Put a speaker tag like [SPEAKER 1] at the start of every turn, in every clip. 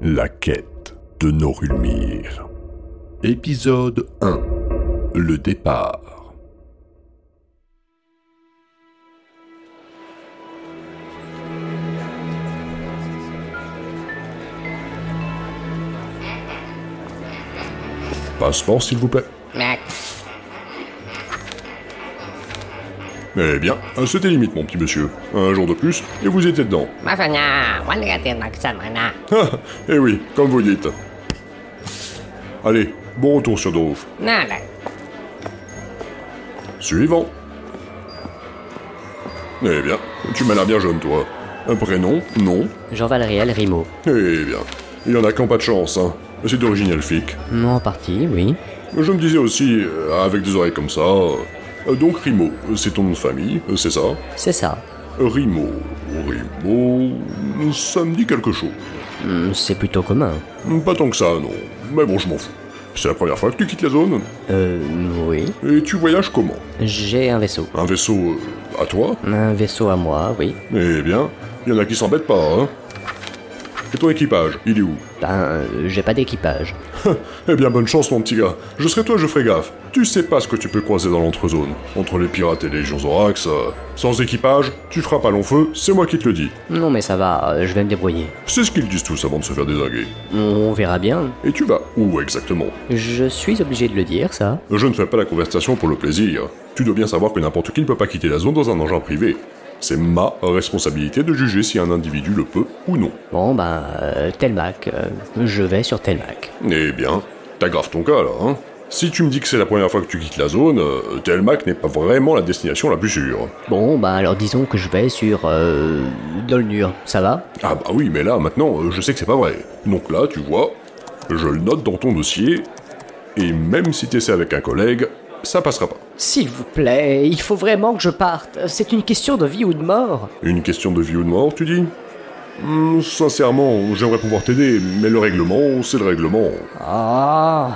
[SPEAKER 1] La quête de Norulmir. Épisode 1. Le départ. Passeport, s'il vous plaît.
[SPEAKER 2] Max,
[SPEAKER 1] Eh bien, c'était limite, mon petit monsieur. Un jour de plus, et vous étiez dedans.
[SPEAKER 2] mafana, wanratin maksamana.
[SPEAKER 1] eh oui, comme vous dites. Allez, bon retour sur Dove.
[SPEAKER 2] Nala,
[SPEAKER 1] Suivant. Eh bien, tu m'as l'air bien jeune, toi. Un prénom Non
[SPEAKER 3] Jean Valriel Rimaud.
[SPEAKER 1] Eh bien, il y en a qu'en pas de chance, hein. C'est d'origine elfique.
[SPEAKER 3] En partie, oui.
[SPEAKER 1] Je me disais aussi, euh, avec des oreilles comme ça... euh, donc Rimo, c'est ton nom de famille, euh, c'est ça
[SPEAKER 3] C'est ça.
[SPEAKER 1] Rimo, Rimo... Ça me dit quelque chose.
[SPEAKER 3] Hmm, C'est plutôt commun.
[SPEAKER 1] Pas tant que ça, non. Mais bon, je m'en fous. C'est la première fois que tu quittes la zone.
[SPEAKER 3] Euh, oui.
[SPEAKER 1] Et tu voyages comment
[SPEAKER 3] J'ai un vaisseau.
[SPEAKER 1] Un vaisseau euh, à toi
[SPEAKER 3] Un vaisseau à moi, oui.
[SPEAKER 1] Eh bien, il y en a qui s'embêtent pas, hein Et ton équipage, il est où
[SPEAKER 3] Ben, euh, j'ai pas d'équipage.
[SPEAKER 1] Eh bien, bonne chance, mon petit gars. Je serai toi, je ferai gaffe. Tu sais pas ce que tu peux croiser dans l'entrezone. Entre les pirates et les légions Zorax, euh, sans équipage, tu frappes à long feu, c'est moi qui te le dis.
[SPEAKER 3] Non, mais ça va, euh, je vais me débrouiller.
[SPEAKER 1] C'est ce qu'ils disent tous avant de se faire désinguer.
[SPEAKER 3] On verra bien.
[SPEAKER 1] Et tu vas où exactement
[SPEAKER 3] Je suis obligé de le dire, ça.
[SPEAKER 1] Je ne fais pas la conversation pour le plaisir. Tu dois bien savoir que n'importe qui ne peut pas quitter la zone dans un engin privé. C'est ma responsabilité de juger si un individu le peut ou non.
[SPEAKER 3] Bon, ben, euh, Telmac. euh, je vais sur Telmac.
[SPEAKER 1] Eh bien, t'aggraves ton cas là, hein Si tu me dis que c'est la première fois que tu quittes la zone, euh, Telmac n'est pas vraiment la destination la plus sûre.
[SPEAKER 3] Bon, ben, alors disons que je vais sur... Euh, Dolnur. Ça va
[SPEAKER 1] Ah bah oui, mais là, maintenant, euh, je sais que c'est pas vrai. Donc là, tu vois, je le note dans ton dossier, et même si t'essaies avec un collègue, ça passera pas.
[SPEAKER 3] S'il vous plaît, il faut vraiment que je parte. C'est une question de vie ou de mort.
[SPEAKER 1] Une question de vie ou de mort, tu dis Hmm, Sincèrement, j'aimerais pouvoir t'aider, mais le règlement, c'est le règlement.
[SPEAKER 3] Ah.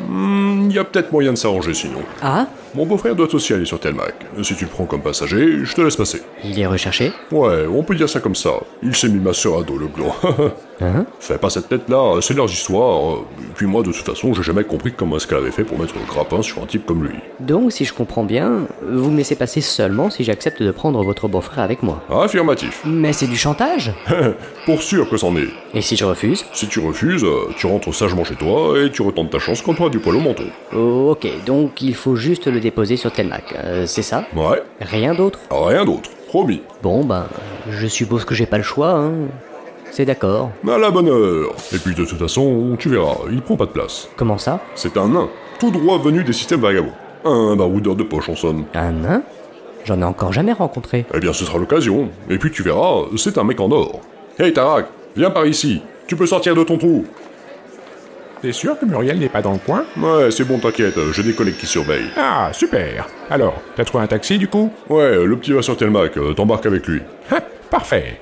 [SPEAKER 1] Hmm, y a peut-être moyen de s'arranger sinon.
[SPEAKER 3] Ah
[SPEAKER 1] Mon beau-frère doit aussi aller sur Telmac. Si tu le prends comme passager, je te laisse passer.
[SPEAKER 3] Il est recherché
[SPEAKER 1] Ouais, on peut dire ça comme ça. Il s'est mis ma sœur à dos, le gland.
[SPEAKER 3] Hein
[SPEAKER 1] Fais pas cette tête-là, hein, c'est leurs histoires. Et Puis moi, de toute façon, j'ai jamais compris comment est-ce qu'elle avait fait pour mettre le grappin sur un type comme lui.
[SPEAKER 3] Donc, si je comprends bien, vous me laissez passer seulement si j'accepte de prendre votre beau-frère avec moi.
[SPEAKER 1] Affirmatif.
[SPEAKER 3] Mais c'est du chantage
[SPEAKER 1] Pour sûr que c'en est.
[SPEAKER 3] Et si je refuse
[SPEAKER 1] Si tu refuses, euh, tu rentres sagement chez toi et tu retentes ta chance quand tu as du poil au menton.
[SPEAKER 3] Oh, Ok, donc il faut juste le déposer sur Telmac, euh, c'est ça
[SPEAKER 1] Ouais,
[SPEAKER 3] Rien d'autre
[SPEAKER 1] rien d'autre. Promis.
[SPEAKER 3] Bon ben, je suppose que j'ai pas le choix, hein. C'est d'accord.
[SPEAKER 1] À la bonne heure. Et puis de toute façon, tu verras, il prend pas de place.
[SPEAKER 3] Comment ça
[SPEAKER 1] C'est un nain, tout droit venu des systèmes vagabonds. Un baroudeur de poche en somme.
[SPEAKER 3] Un nain J'en ai encore jamais rencontré.
[SPEAKER 1] Eh bien, ce sera l'occasion. Et puis tu verras, c'est un mec en or. Hey Tarak, viens par ici. Tu peux sortir de ton trou.
[SPEAKER 4] T'es sûr que Muriel n'est pas dans le coin
[SPEAKER 1] Ouais, c'est bon, t'inquiète, euh, j'ai des collègues qui surveillent.
[SPEAKER 4] Ah, super Alors, t'as trouvé un taxi du coup
[SPEAKER 1] Ouais, euh, le petit va sur Telmac, euh, t'embarques avec lui.
[SPEAKER 4] Ah, Parfait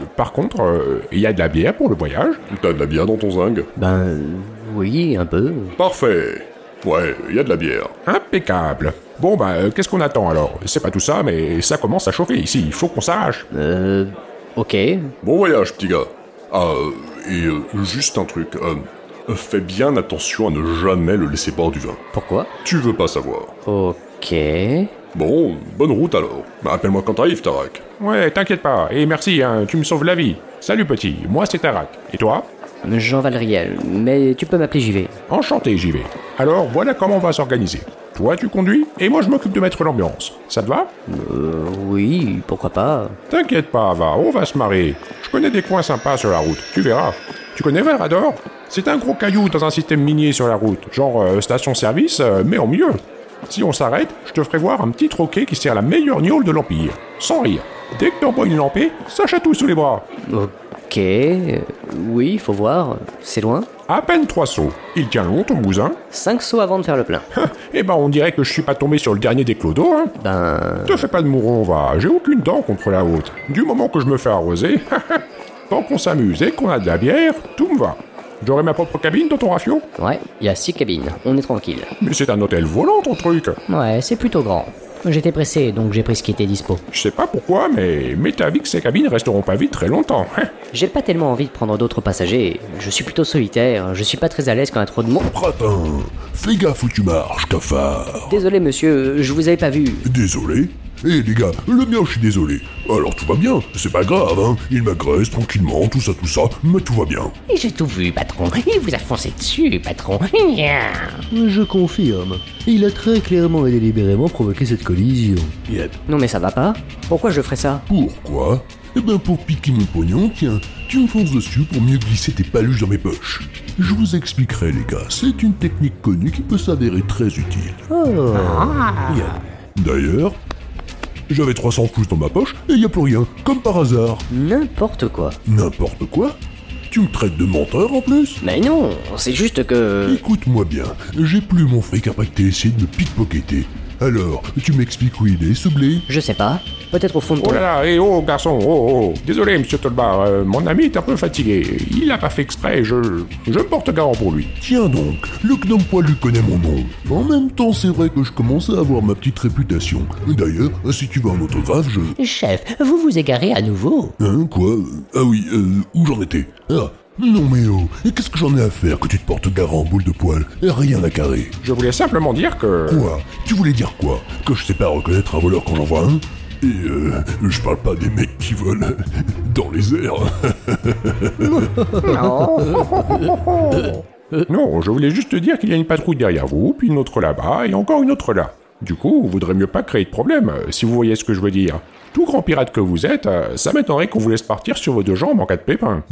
[SPEAKER 4] Euh, Par contre, euh, il y a de la bière pour le voyage
[SPEAKER 1] T'as de la bière dans ton zingue
[SPEAKER 3] Ben, euh, oui, un peu.
[SPEAKER 1] Parfait. Ouais, y a de la bière.
[SPEAKER 4] Impeccable Bon bah, euh, qu'est-ce qu'on attend alors C'est pas tout ça, mais ça commence à chauffer ici, il faut qu'on s'arrache
[SPEAKER 3] Euh, ok.
[SPEAKER 1] Bon voyage, petit gars. Ah, euh, et euh, juste un truc. euh, euh, fais bien attention à ne jamais le laisser boire du vin.
[SPEAKER 3] Pourquoi
[SPEAKER 1] Tu veux pas savoir.
[SPEAKER 3] Ok.
[SPEAKER 1] Bon, bonne route alors. Bah, Appelle-moi quand t'arrives, Tarak.
[SPEAKER 4] Ouais, t'inquiète pas, et merci, hein, tu me sauves la vie Salut petit, moi c'est Tarak, et toi
[SPEAKER 3] Jean Valriel, mais tu peux m'appeler JV.
[SPEAKER 4] Enchanté, j'y vais. Alors voilà comment on va s'organiser. Toi tu conduis, et moi je m'occupe de mettre l'ambiance. Ça te va
[SPEAKER 3] Euh, oui, pourquoi pas.
[SPEAKER 4] T'inquiète pas, Ava, on va se marrer. Je connais des coins sympas sur la route, tu verras. Tu connais Valrador C'est un gros caillou dans un système minier sur la route, genre euh, station-service, euh, mais en mieux. Si on s'arrête, je te ferai voir un petit troquet qui sert la meilleure gnôle de l'Empire. Sans rire. Dès que t'en bois une lampée, ça chatouille sous les bras.
[SPEAKER 3] Ok. euh, Oui, faut voir. C'est loin.
[SPEAKER 4] À peine trois sauts. Il tient long ton bousin.
[SPEAKER 3] 5 sauts avant de faire le plein.
[SPEAKER 4] eh ben on dirait que je suis pas tombé sur le dernier des clodos, hein.
[SPEAKER 3] Ben,
[SPEAKER 4] Te fais pas de mouron, va. J'ai aucune dent contre la haute. Du moment que je me fais arroser, tant qu'on s'amuse et qu'on a de la bière, tout me va. J'aurai ma propre cabine dans ton rafio
[SPEAKER 3] ouais, il y a 6 cabines. On est tranquille.
[SPEAKER 4] Mais c'est un hôtel volant, ton truc.
[SPEAKER 3] Ouais, c'est plutôt grand. J'étais pressé, donc j'ai pris ce qui était dispo.
[SPEAKER 4] Je sais pas pourquoi, mais mais t'as vu que ces cabines resteront pas vides très longtemps. hein.
[SPEAKER 3] J'ai pas tellement envie de prendre d'autres passagers. Je suis plutôt solitaire, je suis pas très à l'aise quand il y a trop de monde.
[SPEAKER 1] Rapin, fais gaffe où tu marches, cafard.
[SPEAKER 3] Désolé monsieur, je vous avais pas vu.
[SPEAKER 1] Désolé Eh les gars, le mien, je suis désolé. Alors tout va bien, c'est pas grave, hein. Il m'agresse tranquillement, tout ça, tout ça, mais tout va bien.
[SPEAKER 5] Et J'ai tout vu, patron. Il vous a foncé dessus, patron. Nya.
[SPEAKER 6] Je confirme. Il a très clairement et délibérément provoqué cette collision.
[SPEAKER 1] Yep.
[SPEAKER 3] Non mais ça va pas Pourquoi je ferais ça
[SPEAKER 1] Pourquoi Eh ben pour piquer mon pognon, tiens, tu me fonces dessus pour mieux glisser tes paluches dans mes poches. Je vous expliquerai les gars, c'est une technique connue qui peut s'avérer très utile. D'ailleurs, j'avais 300 pouces dans ma poche et y a plus rien, comme par hasard.
[SPEAKER 3] N'importe quoi.
[SPEAKER 1] N'importe quoi Tu me traites de menteur en plus
[SPEAKER 3] Mais non, c'est juste que...
[SPEAKER 1] Écoute-moi bien, j'ai plus mon fric après que t'aies essayé de me pickpocketer. Alors, tu m'expliques où il est, ce blé
[SPEAKER 3] Je sais pas. Peut-être au fond de
[SPEAKER 4] Oh
[SPEAKER 3] ton...
[SPEAKER 4] là là, eh oh garçon, oh oh. Désolé, monsieur Tolbar, euh, mon ami est un peu fatigué. Il l'a pas fait exprès, je je me porte garant pour lui.
[SPEAKER 1] Tiens donc, le gnome poilu connaît mon nom. En même temps, c'est vrai que je commence à avoir ma petite réputation. D'ailleurs, si tu veux un autographe, je...
[SPEAKER 5] Chef, vous vous égarez à nouveau.
[SPEAKER 1] Hein, quoi Ah oui, euh, où j'en étais Ah, non mais oh, et qu'est-ce que j'en ai à faire que tu te portes garant en boule de poil Rien à carrer.
[SPEAKER 4] Je voulais simplement dire que
[SPEAKER 1] Quoi Tu voulais dire quoi Que je sais pas reconnaître un voleur quand j'en vois un et euh, je parle pas des mecs qui volent dans les airs.
[SPEAKER 4] non, je voulais juste te dire qu'il y a une patrouille derrière vous, puis une autre là-bas et encore une autre là. Du coup, vous vaudrait mieux pas créer de problème, euh, si vous voyez ce que je veux dire. Tout grand pirate que vous êtes, euh, ça m'étonnerait qu'on vous laisse partir sur vos deux jambes en cas de pépin.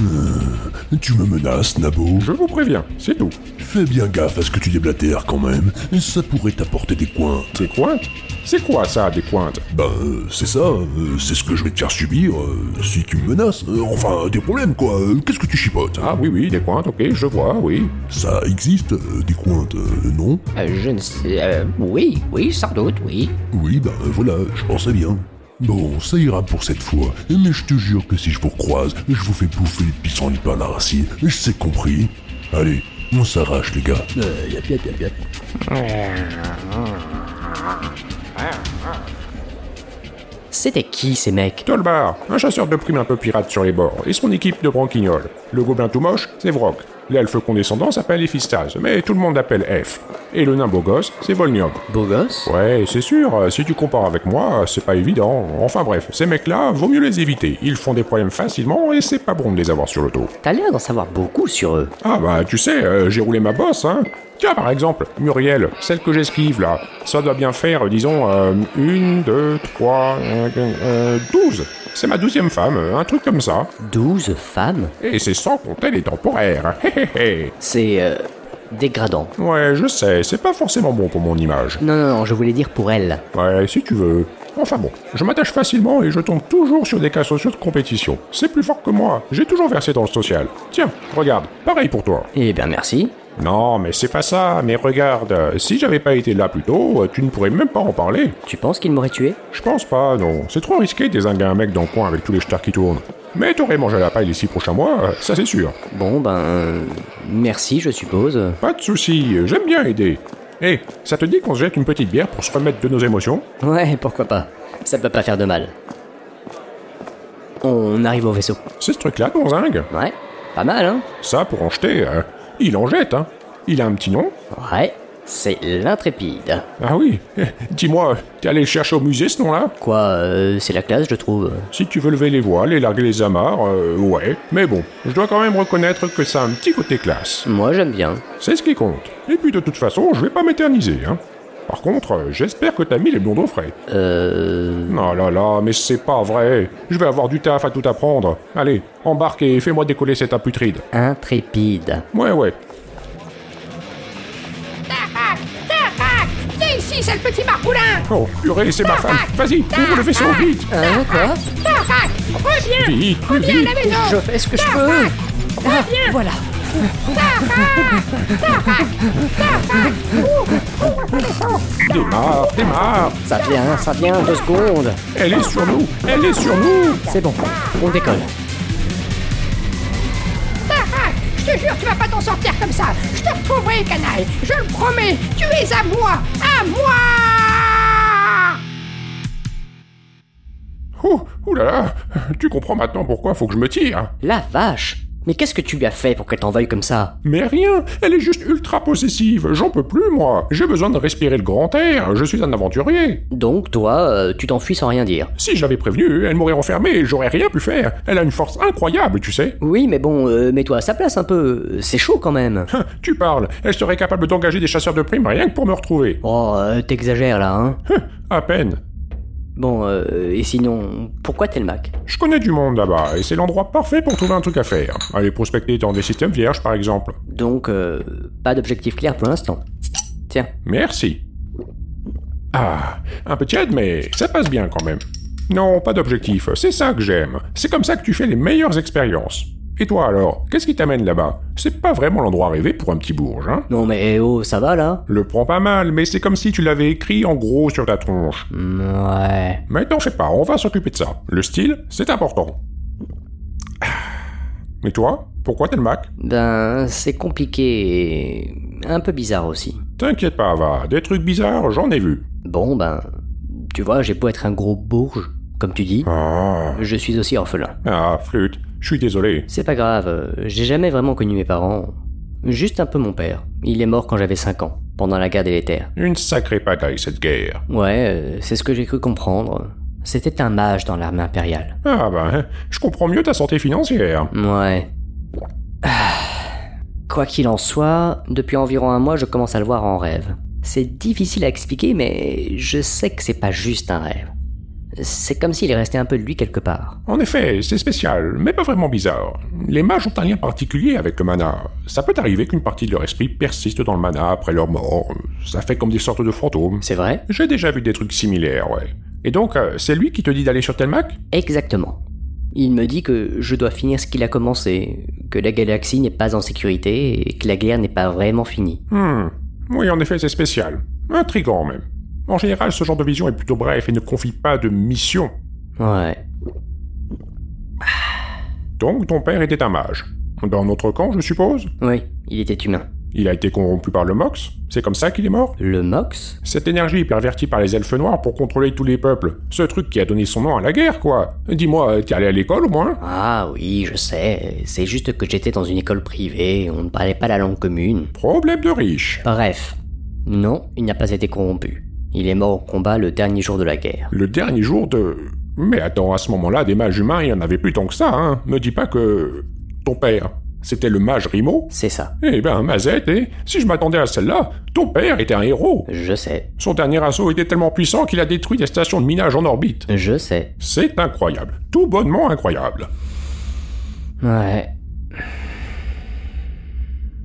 [SPEAKER 1] tu me menaces, Nabo
[SPEAKER 4] Je vous préviens, c'est tout.
[SPEAKER 1] Fais bien gaffe à ce que tu déblatères quand même. Ça pourrait t'apporter des coins.
[SPEAKER 4] Des cointes C'est quoi ça, des cointes
[SPEAKER 1] Ben, euh, c'est ça, euh, c'est ce que je vais te faire subir euh, si tu me menaces. Euh, enfin, des problèmes quoi, Euh, qu'est-ce que tu chipotes
[SPEAKER 4] Ah oui, oui, des cointes, ok, je vois, oui.
[SPEAKER 1] Ça existe, euh, des cointes, euh, non
[SPEAKER 3] Euh, je ne sais... euh, oui, oui, sans doute, oui.
[SPEAKER 1] Oui, ben euh, voilà, je pensais bien. Bon, ça ira pour cette fois, mais je te jure que si je vous croise, je vous fais bouffer le pissenlit par la racine, je sais compris. Allez, on s'arrache les gars.
[SPEAKER 6] Euh, yap, yap, yap, yap.
[SPEAKER 3] C'était qui ces mecs
[SPEAKER 4] Tolbar, un chasseur de primes un peu pirate sur les bords, et son équipe de branquignoles. Le gobelin tout moche, c'est Vrock. L'elfe condescendant s'appelle Ephistas, mais tout le monde l'appelle F. Et le nain beau gosse, c'est Volniog.
[SPEAKER 3] Beau gosse
[SPEAKER 4] Ouais, c'est sûr, euh, si tu compares avec moi, euh, c'est pas évident. Enfin bref, ces mecs-là, vaut mieux les éviter. Ils font des problèmes facilement et c'est pas bon de les avoir sur le dos.
[SPEAKER 3] T'as l'air d'en savoir beaucoup sur eux.
[SPEAKER 4] Ah bah tu sais, euh, j'ai roulé ma bosse, hein. Tiens par exemple, Muriel, celle que j'esquive là, ça doit bien faire, euh, disons, euh, une, deux, trois, euh, euh, douze. C'est ma douzième femme, euh, un truc comme ça.
[SPEAKER 3] 12 femmes
[SPEAKER 4] Et c'est sans compter les temporaires. Hé, hé, hé.
[SPEAKER 3] C'est... euh, dégradant.
[SPEAKER 4] Ouais, je sais, c'est pas forcément bon pour mon image.
[SPEAKER 3] Non, non, non, je voulais dire pour elle.
[SPEAKER 4] Ouais, si tu veux. Enfin bon, je m'attache facilement et je tombe toujours sur des cas sociaux de compétition. C'est plus fort que moi, j'ai toujours versé dans le social. Tiens, regarde, pareil pour toi.
[SPEAKER 3] Eh bien merci.
[SPEAKER 4] Non, mais c'est pas ça, mais regarde, euh, si j'avais pas été là plus tôt, euh, tu ne pourrais même pas en parler.
[SPEAKER 3] Tu penses qu'il m'aurait tué
[SPEAKER 4] Je pense pas, non. C'est trop risqué de désinguer un mec dans le coin avec tous les stars qui tournent. Mais t'aurais mangé la paille les six prochains mois, euh, ça c'est sûr.
[SPEAKER 3] Bon, ben... Merci, je suppose.
[SPEAKER 4] Pas de souci, euh, j'aime bien aider. Hé, ça te dit qu'on se jette une petite bière pour se remettre de nos émotions
[SPEAKER 3] Ouais, pourquoi pas. Ça peut pas faire de mal. On arrive au vaisseau.
[SPEAKER 4] C'est ce truc-là, ton zingue
[SPEAKER 3] Ouais, pas mal, hein
[SPEAKER 4] Ça, pour en jeter, euh, il en jette, hein. Il a un petit nom
[SPEAKER 3] Ouais, c'est l'intrépide.
[SPEAKER 4] Ah oui Dis-moi, t'es allé le chercher au musée ce nom-là
[SPEAKER 3] Quoi, euh, c'est la classe, je trouve.
[SPEAKER 4] Si tu veux lever les voiles et larguer les amarres, euh, ouais. Mais bon, je dois quand même reconnaître que ça a un petit côté classe.
[SPEAKER 3] Moi, j'aime bien.
[SPEAKER 4] C'est ce qui compte. Et puis de toute façon, je vais pas m'éterniser, hein. Par contre, euh, j'espère que t'as mis les blondes au frais.
[SPEAKER 3] Euh...
[SPEAKER 4] Oh là là, mais c'est pas vrai. Je vais avoir du taf à tout apprendre. Allez, embarque et fais-moi décoller cette imputride.
[SPEAKER 3] Intrépide.
[SPEAKER 4] Ouais, ouais.
[SPEAKER 7] Tac, tac, Viens ici, c'est le petit marboulin
[SPEAKER 4] Oh, purée, c'est ma femme. Vas-y, ouvre le vaisseau, vite
[SPEAKER 3] Hein, quoi
[SPEAKER 7] Tac, reviens
[SPEAKER 4] Vite, plus
[SPEAKER 7] Reviens à
[SPEAKER 4] vite
[SPEAKER 7] la maison
[SPEAKER 3] Je fais ce que je
[SPEAKER 7] Tac,
[SPEAKER 3] peux
[SPEAKER 7] Reviens Voilà Tac, tac, tac Ouvre, ouvre le vaisseau
[SPEAKER 4] Démarre, démarre
[SPEAKER 3] Ça vient, ça vient, deux secondes.
[SPEAKER 4] Elle est sur nous Elle est sur nous
[SPEAKER 3] C'est bon, on décolle.
[SPEAKER 7] Tac, je te jure, tu vas pas t'en sortir comme ça Je te retrouverai, canaille Je le promets, tu es à moi À moi
[SPEAKER 4] Oh, oulala, tu comprends maintenant pourquoi faut que je me tire.
[SPEAKER 3] La vache Mais qu'est-ce que tu lui as fait pour qu'elle t'en veuille comme ça
[SPEAKER 4] Mais rien, elle est juste ultra possessive, j'en peux plus moi. J'ai besoin de respirer le grand air, je suis un aventurier.
[SPEAKER 3] Donc toi, euh, tu t'enfuis sans rien dire.
[SPEAKER 4] Si j'avais prévenu, elle m'aurait enfermé, j'aurais rien pu faire. Elle a une force incroyable, tu sais.
[SPEAKER 3] Oui, mais bon, euh, mets-toi à sa place un peu, c'est chaud quand même.
[SPEAKER 4] Hein, Tu parles, elle serait capable d'engager des chasseurs de primes rien que pour me retrouver.
[SPEAKER 3] Oh, euh, t'exagères là, hein
[SPEAKER 4] À peine.
[SPEAKER 3] Bon, euh, et sinon, pourquoi t'es le Mac
[SPEAKER 4] Je connais du monde là-bas, et c'est l'endroit parfait pour trouver un truc à faire. Aller prospecter dans des systèmes vierges, par exemple.
[SPEAKER 3] Donc, euh, pas d'objectif clair pour l'instant. Tiens,
[SPEAKER 4] Merci. Ah, un petit aide, mais ça passe bien quand même. Non, pas d'objectif, c'est ça que j'aime. C'est comme ça que tu fais les meilleures expériences. Et toi alors, qu'est-ce qui t'amène là-bas C'est pas vraiment l'endroit rêvé pour un petit bourge, hein
[SPEAKER 3] non mais eh oh, ça va là
[SPEAKER 4] Le prends pas mal, mais c'est comme si tu l'avais écrit en gros sur ta tronche.
[SPEAKER 3] Hmm, Ouais.
[SPEAKER 4] Mais t'en fais pas, on va s'occuper de ça. Le style, c'est important. Ah. Mais toi, pourquoi t'es le Mac
[SPEAKER 3] Ben, c'est compliqué et un peu bizarre aussi.
[SPEAKER 4] T'inquiète pas, va, des trucs bizarres, j'en ai vu.
[SPEAKER 3] Bon, ben, tu vois, j'ai beau être un gros bourge, comme tu dis,
[SPEAKER 4] Ah,
[SPEAKER 3] je suis aussi orphelin.
[SPEAKER 4] ah flûte, je suis désolé.
[SPEAKER 3] C'est pas grave, euh, j'ai jamais vraiment connu mes parents. Juste un peu mon père. Il est mort quand j'avais 5 ans, pendant la guerre des terres.
[SPEAKER 4] Une sacrée pagaille cette guerre.
[SPEAKER 3] Ouais, euh, c'est ce que j'ai cru comprendre. C'était un mage dans l'armée impériale.
[SPEAKER 4] Ah ben, je comprends mieux ta santé financière.
[SPEAKER 3] Ouais. Ah. Quoi qu'il en soit, depuis environ un mois, je commence à le voir en rêve. C'est difficile à expliquer, mais je sais que c'est pas juste un rêve. C'est comme s'il est resté un peu de lui quelque part.
[SPEAKER 4] En effet, c'est spécial, mais pas vraiment bizarre. Les mages ont un lien particulier avec le mana. Ça peut arriver qu'une partie de leur esprit persiste dans le mana après leur mort. Ça fait comme des sortes de fantômes.
[SPEAKER 3] C'est vrai
[SPEAKER 4] J'ai déjà vu des trucs similaires, ouais. Et donc, euh, c'est lui qui te dit d'aller sur Telmac
[SPEAKER 3] Exactement. Il me dit que je dois finir ce qu'il a commencé, que la galaxie n'est pas en sécurité et que la guerre n'est pas vraiment finie.
[SPEAKER 4] Hmm. Oui, en effet, c'est spécial. Intrigant même. En général, ce genre de vision est plutôt bref et ne confie pas de mission.
[SPEAKER 3] Ouais.
[SPEAKER 4] Donc, ton père était un mage. Dans notre camp, je suppose
[SPEAKER 3] Oui, il était humain.
[SPEAKER 4] Il a été corrompu par le Mox C'est comme ça qu'il est mort
[SPEAKER 3] Le Mox
[SPEAKER 4] Cette énergie est pervertie par les elfes noirs pour contrôler tous les peuples. Ce truc qui a donné son nom à la guerre, quoi. Dis-moi, t'es allé à l'école au moins
[SPEAKER 3] Ah oui, je sais, c'est juste que j'étais dans une école privée, on ne parlait pas la langue commune.
[SPEAKER 4] Problème de riche.
[SPEAKER 3] Bref, non, il n'a pas été corrompu. Il est mort au combat le dernier jour de la guerre.
[SPEAKER 4] Le dernier jour de... Mais attends, à ce moment-là, des mages humains, il n'y en avait plus tant que ça, hein. Me dis pas que... Ton père, c'était le mage Rimo
[SPEAKER 3] C'est ça,
[SPEAKER 4] Eh ben, Mazette, eh Si je m'attendais à celle-là, ton père était un héros.
[SPEAKER 3] je sais,
[SPEAKER 4] Son dernier assaut était tellement puissant qu'il a détruit des stations de minage en orbite.
[SPEAKER 3] je sais.
[SPEAKER 4] C'est incroyable. Tout bonnement incroyable.
[SPEAKER 3] Ouais,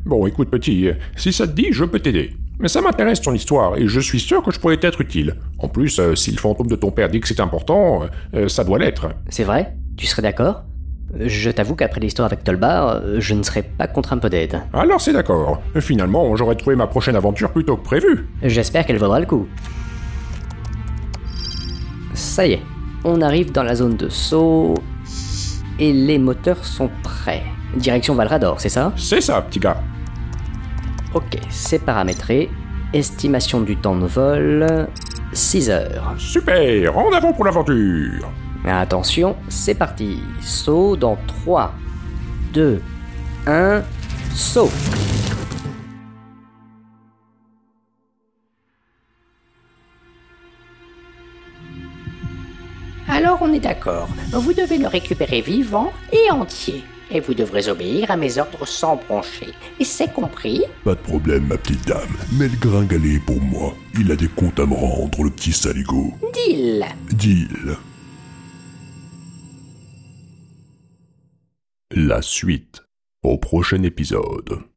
[SPEAKER 4] Bon, écoute, petit, euh, si ça te dit, je peux t'aider. Mais ça m'intéresse ton histoire, et je suis sûr que je pourrais t'être utile. En plus, euh, si le fantôme de ton père dit que c'est important, euh, euh, ça doit l'être.
[SPEAKER 3] c'est vrai Tu serais d'accord Je t'avoue qu'après l'histoire avec Tolbar, euh, je ne serais pas contre un peu d'aide.
[SPEAKER 4] Alors c'est d'accord. Finalement, j'aurais trouvé ma prochaine aventure plus tôt que prévu.
[SPEAKER 3] J'espère qu'elle vaudra le coup. Ça y est, on arrive dans la zone de saut et les moteurs sont prêts. Direction Valrador, c'est ça
[SPEAKER 4] C'est ça, petit gars.
[SPEAKER 3] Ok, c'est paramétré. Estimation du temps de vol 6 heures.
[SPEAKER 4] Super, en avant pour l'aventure.
[SPEAKER 3] Attention, c'est parti. Saut dans 3, 2, 1, saut.
[SPEAKER 7] Alors on est d'accord, vous devez le récupérer vivant et entier. Et vous devrez obéir à mes ordres sans broncher. Et c'est compris
[SPEAKER 8] Pas de problème, ma petite dame, mais le gringalet est pour moi. Il a des comptes à me rendre, le petit saligo.
[SPEAKER 7] Deal
[SPEAKER 8] Deal.
[SPEAKER 1] La suite au prochain épisode.